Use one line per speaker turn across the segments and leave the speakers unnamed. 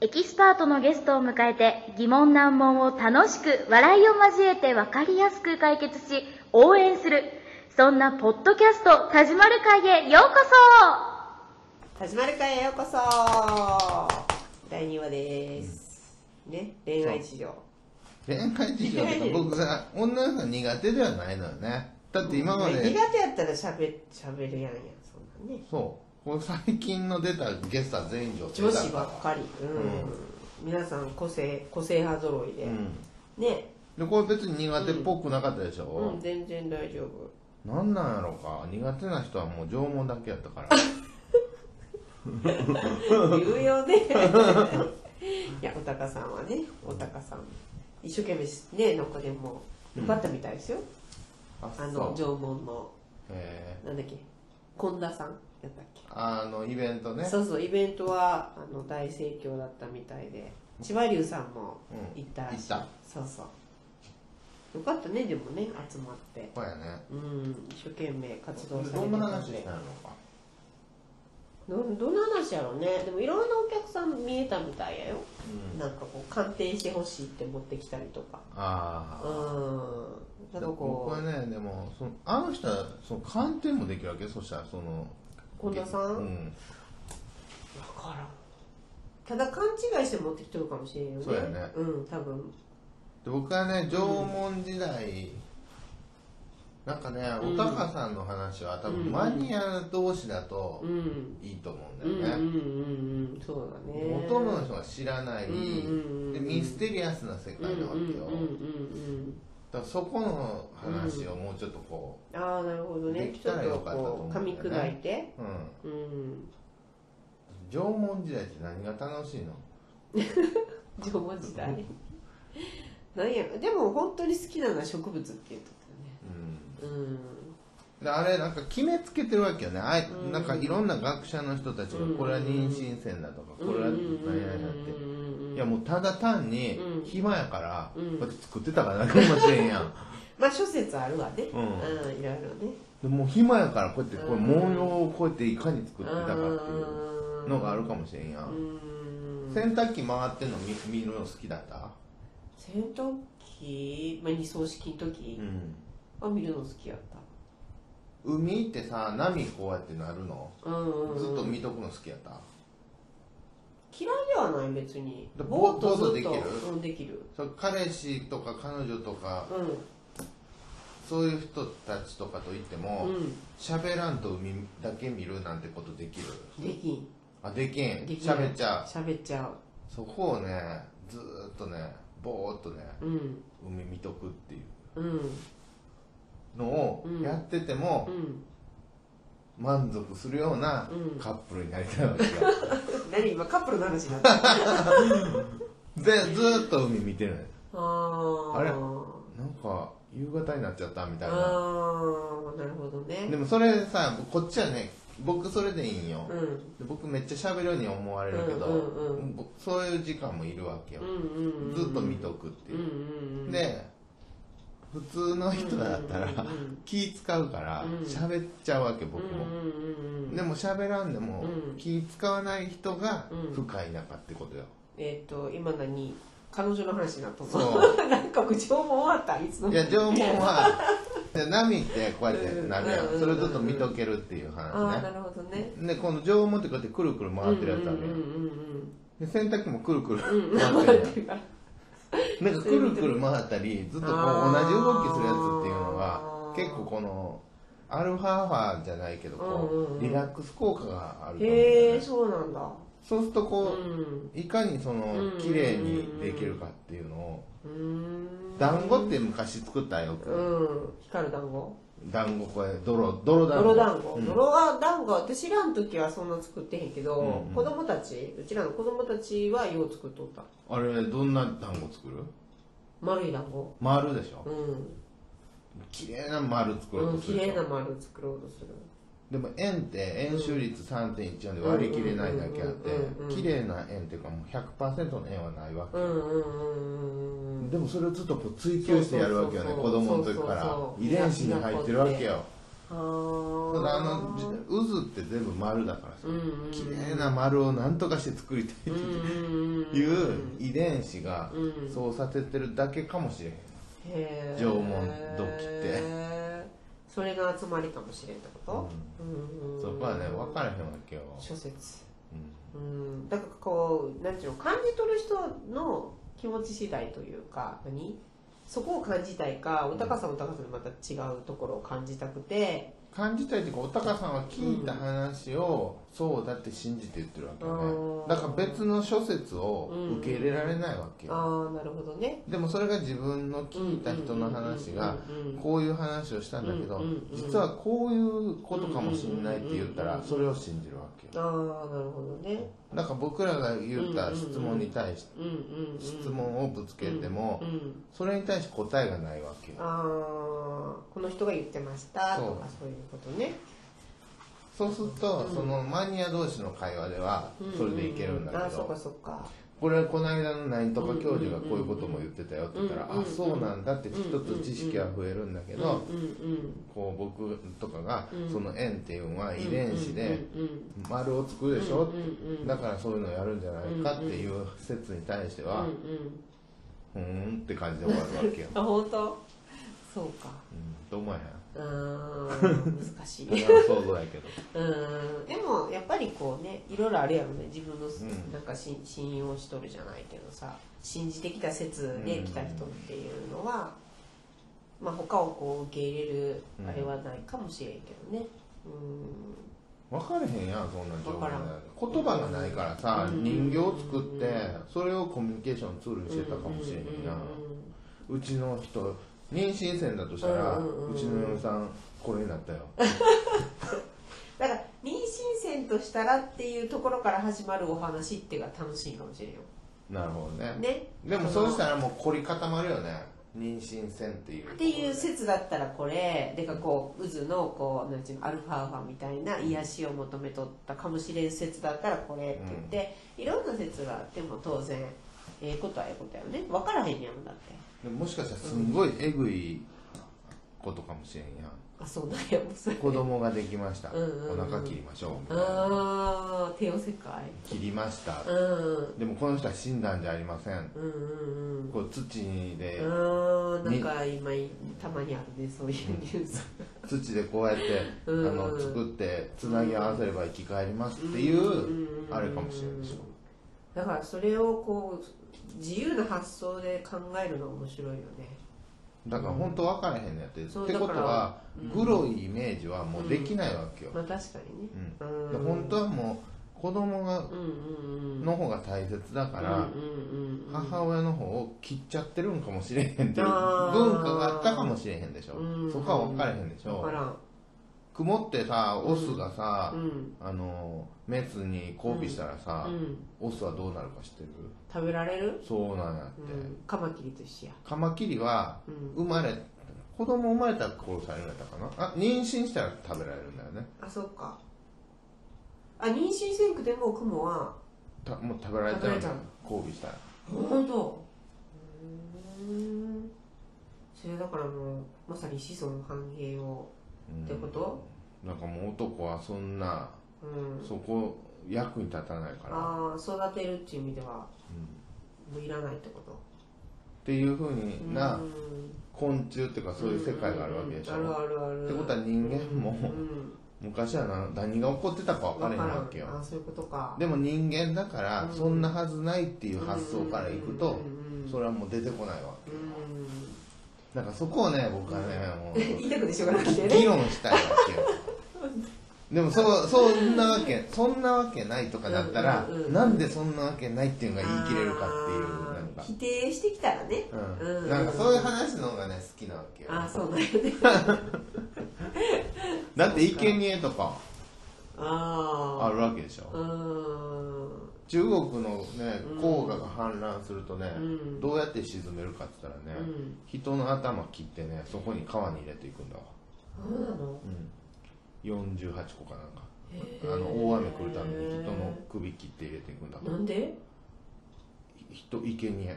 エキスパートのゲストを迎えて疑問難問を楽しく笑いを交えて分かりやすく解決し応援するそんなポッドキャスト「田島る会」へようこそ
始まるかへようこそ第2話ですね恋愛事情
恋愛事情とか僕さ女の人苦手ではないのよねだって今ま
苦
で
手やったらしゃべしゃべるやんやそんなんね
そうこれ最近の出たゲストは全員女性
女
だから
子ばっかりうん、皆さん個性個性派揃いで、ね
うん、でこれ別に苦手っぽくなかったでし
う
ょ
ん、全然大丈 夫
なんなんやろか苦手な人はもう縄文だけやっ たから
言うよ ねいやおたかさんはねおたかさん一生懸命しねなんかでも
うん
よかったみたいですよ、
あ
あ
そ
の
う
縄文の
え
なんだっけ近田さんやったっけ
ーあのイベントね
そうそうイベントはあの大盛況だったみたいで千葉龍さんも
うん
行ったらしい、
行った
そうそうよかったねでもね集まって
そうやね
うん一生懸命活動されて
どんな話
ん
し
で
たのか
どどんな話やろうねでもいろんなお客さん見えたみたいやよ、
うん
なんかこう鑑定してほしいって持ってきたりとか
あ
う
あ
んなんか
僕
こ
はねでもそのあの人はその鑑定もできるわけそしたらその
う近田さん、
う
分
ん
からんただ勘違いして持ってきてるかもしれんよね
そうやね
うん多分
で僕はね縄文時代、なんかね
う
お
ん
たかさんの話は多
うん
分マニア同士だと
うん
いいと思
う
うんん
う
だ
んう
よ
ん
ね、
うんそうだね
ほとんどの人が知らない、
うんうんうん
でミステリアスな世界なわけよ、
うんうんうんうん
だからそこの話をもうちょっとこ
うんああなるほどね
でき
ちょ
た
っ
ら
と
よかったと
こ
思う
うん噛
だよ
み砕
ね
いて
う、うん、
うん
縄文時代って何が楽しいの
縄文時代なんやでも本当に好きなのは植物って言っと
うん
ったよね
であれなんか決めつけてるわけよねあい
うん
なんかいろんな学者の人たちがこれは妊娠線だとか
うん
これは
うん
何やなって
うん
いやもうただ単に
うん
暇やから
うん
こうやって作ってたからなかもしれ んやん
まあ諸説あるわね
うん
いろいろね
でもう暇やからこうやってこれ
うん
文様をこうやっていかに作ってたかっていう
う
のがあるかもしれんや
うんん
洗濯機回ってんの見見るの好きだった
戦闘機、まあ、二層式の時
うん
は見るの好きやった
海ってさ波こうやってなるの
うん
ずっと見とくの好きやった
嫌いではない別に
で
ぼーっと
ぼーっと
ずっと
できる
うんできる
それ彼氏とか彼女とか
う
そういう人たちとかといっても
んうん
喋らんと海だけ見るなんてことできる
できん
あできん
できん
喋っちゃう
喋っちゃ
そこをねずーっとねぼーっとね
ううん
海見とくっていう
うん
のを
うん
やってても
うん
満足するような
うん
カップルになりたいわけ よ
何今カップルの話になったあ
でずーっと海見てるのよ
ー
あれ
あ
なんか夕方になっちゃったみたいな
ーなるほどね
でもそれさこっちはね僕それでいいんよ
うんうん
で僕めっちゃ喋るように思われるけど、
うんうんうん
僕そういう時間もいるわけよ
う、んうん
ずっと見とくって
うん
いうう、
んうん
で普通の人だったら、
うんうんうん
気使うから
うん
喋っちゃうわけ
うん
僕
うん
も、
うんうん
でも喋らんでも
うん
気使わない人が
うん
不快なかってことよ、
えっと今何彼女の話になった
そ
なんか口調も終わったいつの
いや縄文はで波ってこうやってなるや
う
ん、
んうんうんうん
それずっと見とけるっていう
ああ
話
な
ね
るほどね
でこの縄文ってこうやってくるくる回ってるやつあるやん,、
うんうんうん
で洗濯機もくるくる
うんうん
回って
回
る
っ
やん
てるから
なんかくるくる回ったりずっとこう
あー
同じ動きするやつっていうのが
あー
結構このアルファーファーじゃないけどこ
うんうんうん
うリラックス効果があると思うんだ
へえ
よね
そうなんだ
そうすると
う
こ
ん
ういかにそ
うんうん
の綺麗にできるかっていうのを
うーん
団子って昔作ったよ
う
く
ん光る団子
団子これ泥泥団子
泥団子
うん
泥は団子私らの時はそんな作ってへんけど、
うんうん
子供たちうちらの子供たちはよう作っとった
あれどんな団子作る
丸い団子
丸でしょ
うん、
綺麗な丸作ろ
う、
うんとす
綺
る
麗
でし
な
ょ
丸を作ろうとする
でも円って円周率3.14で割り切れないだけあって
うんうんうんうん
綺麗な円っていうかもう100%の円はないわけ
うんうんうんうんうん
でもそれをずっとこう追求してやるわけよね
そう
子
そうそう
供の時か
そう
ら
そうそう
遺伝子に入ってるわけよ
あ
ただあ
の
のじ渦って全部丸だからさ
うんうん
綺麗な丸を何とかして作りたい
うんうんうん
っていう遺伝子が
うん
そうさせてるだけかもしれへん
へー
縄文土器って
それが集まりかもしれんってこと、うんうん
そこはね分からへんわけよ、
諸説
う
う
ん
んだからこうなんていうの感じ取る人の気持ち次第というか何そこを感じたいかお高さんお高さんでまた違うところを感じたくて、
感じたいっていうかおたかさんは聞いた話を、そうだって信じて言ってるわけ
あ
よ
ー
ねだから別の諸説を受け入れられないわけよ、
ああなるほどね
でもそれが自分の聞いた人の話が
うんうんうんうん
こういう話をしたんだけど
うんうんうん
実はこういうことかもしれないって言っ
うんう
た
んうん
ら
うん
それを信じるわけ
あ
よ
あなるほどね
だから僕らが言った質問に対して
うんうん、うん、
質問をぶつけても
うん
それに対して答えがないわけよ
ああこの人が言ってましたとかそういうことね
そうするとそのマニア同士の会話ではそれでいけるんだ
あ
け
そっか
ど
そっか
これはこの間の何とか教授がこういうことも言ってたよって言ったら
うんうん
あ
うん
そうなんだって一つ知識は増えるんだけど
うんうん
こう僕とかが
うん
その円っていうのは
うん
遺伝子で
うんうんうん
丸を作るでしょ、
うんうんうん
だからそういうのやるんじゃないかっていう説に対して
う
は
んうん、
ふーんって感じで終わるわけよ
あ本当そうか
うん、と思え へん
うーん難しい
そ れは想像やけど
うーんでもやっぱりこうねいろいろあるやろね自分の、
ん
なんかし信用しとるじゃないけどさ信じてきた説で来た人っていうのは、まあ他をこう受け入れるあれはないかもしれんけどねう
分かれへんやんそんな情報
わからん
なんて言葉がないからさ、
うん
人形を作ってそれをコミュニケーションツールに
ん
してたかもしれへんや
うん
ん
うんうん
うちの人妊娠線だとしたら、
う
うん
うんうん
ちの嫁さんこれになっ たよ
だから妊娠線としたらっていうところから始まるお話っていうのが楽しいかもしれんよ
なるほどね
ね
でも
その
そうしたらもう凝り固まるよね妊娠線っていう
っていう説だったらこれでかこう渦のこうなんていうのアルファアルファみたいな癒しを求めとったかもしれん説だったらこれって言って、いろんな説があっても当然ええことはええことやよね分からへんやもんだって
でももしかしたらすんごいえぐいことかもしれんやん
あそうなんやもうそれ
子供ができました
うんうんうん
お腹切りましょうみたいな
ああ帝王切開
切りました
うんうん
でもこの人は死んだんじゃありません
うんうん
こう土で
うんなんか今たまにあるねそういうニュース
土でこうやってあ
うん
の作ってつなぎ合わせれば生き返りますってい
うん
うあれかもしれんでしょ
だからそれをこう自由な発想で考えるのが面白いよね
だから本当分からへんのやってって
そう
こと
だから
はグロいイメージはもうできないわけよ
まあ確かにね
うんで本当はもう子供が
うんうんうん
の方が大切だから、
うんうんうん
母親の方を切っちゃってるんかもしれへんっていう文化
あー
があったかもしれへんでしょ、
うん
そこは分からへんでし
わ
ょ
からん
雲ってさオスがさ、
うん
あのメスに交尾したらさ、
うん
オスはどうなるか知ってる
食べられる
そうなんやって、
うんカマキリと一緒や
カマキリは
うん
生まれ子供生まれたら殺されるんやったかなあ妊娠したら食べられるんだよね
あそっかあ妊娠先駆でもクモは
たもう食べられたよ
食べられちゃう
交尾したら
本当うーんそれだからもうまさに子孫繁栄を
うん
ってこと
なんかもう男はそんな
うん
そこ役に立たないから
ああ育てるっていう意味では
っ
もういらないってこと
ていうふうにな
うん
昆虫っていうかそういう世界があるわけでしょ、
うんうんうんあるあるある
ってことは人間も
うん
昔はな何が起こってたか分からへん
わ
わけ
からんあ
よ
そういうことか
でも人間だから
うん
そんなはずないっていう発想からいくと
うんうん
それはもう出てこないわ
うん
けだからそこをね僕はねも
言いうたくてしょうがなくて
議
ね
論したいわけ よでもそうそんなわけそんなわけないとかだったら
うんうんうん
なんでそんなわけないっていうのが言い切れるかっていう
あー
なんか
否定してきたらね
うんなんかそういう話の方がね好きなわけよ
ああそうだよね
だって生贄とかあ
あ
るわけでしょ
あうん
中国のね
うん
黄河が氾濫するとね、
うん
どうやって沈めるかって言ったらね、
うん
人の頭切ってねそこに川に入れていくんだわ、
そうなの
うん、48個かなんか
へ
あ
ー
の大雨来るために人の首切って入れていくんだわ
なんで
人生贄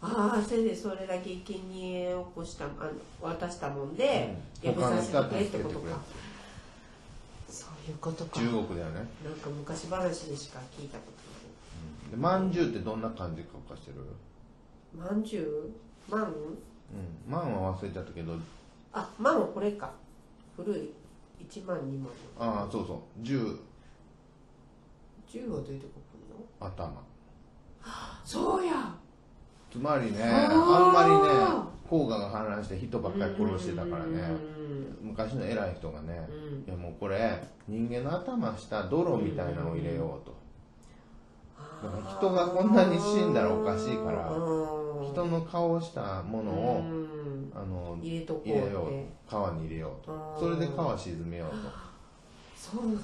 ああ先生それだけ生贄をこしたあの渡したもんで、やめ
他の
させ
人は
てく
助
れって
けてくれ
ことかそういうことか
中国だよね、
なんか昔話でしか聞いたこ
うん、でまんじゅうってどんな感じかかしてる
とないまんじゅうまん
うんまんは忘れちゃったけど
あまんはこれか古い1万2万
ああそうそう十
10はどういうとこ来るの
頭
そうや
つまりね
あ
あ
ー
んまりね効果が氾濫して人ばっかり殺してたからね
うん
昔の偉い人がね、
うん
いやもうこれ人間の頭した泥みたいなのを入れようと、だから人がこんなに死んだらおかしいから
うん
人の顔をしたものを、
うん
あの
入れとこう
入れよ
って
う川に入れよう
あ
と
ー
それで川沈めよう
そうなんや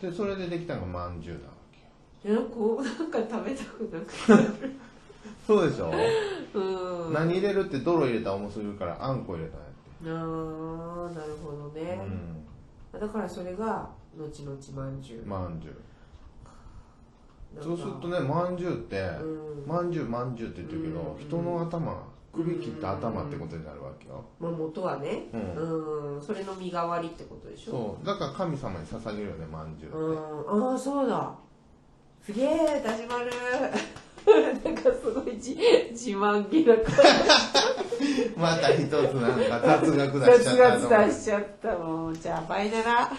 とでそれでできたのがまんじゅうなわけ
え
よ
なんかこうなんか食べたくなくなる
そうでしょ、
うんあ
何入れるって泥入れたら面白いからあんこ入れたんやっ
あーなるほどね
て、、
だからそれが後々まんじゅ
う、
うん
まんじゅう
なんか
そうするとねまんじゅうって、
うん
まんじゅうまんじゅうって言ってるけど、
うん
人の頭首切った頭ってことになるわけよ、
まあ元はね
う
うんん、それの身代わりってことでしょ
そうだから神様に捧げるよねまんじゅうって、
うんああそうだすげえ田島る なんかすごいじ自慢げな感
また一つなんか雑学
じ
出しちゃ
が
ったと
伝
思う
えしちゃったもうじゃあバイなら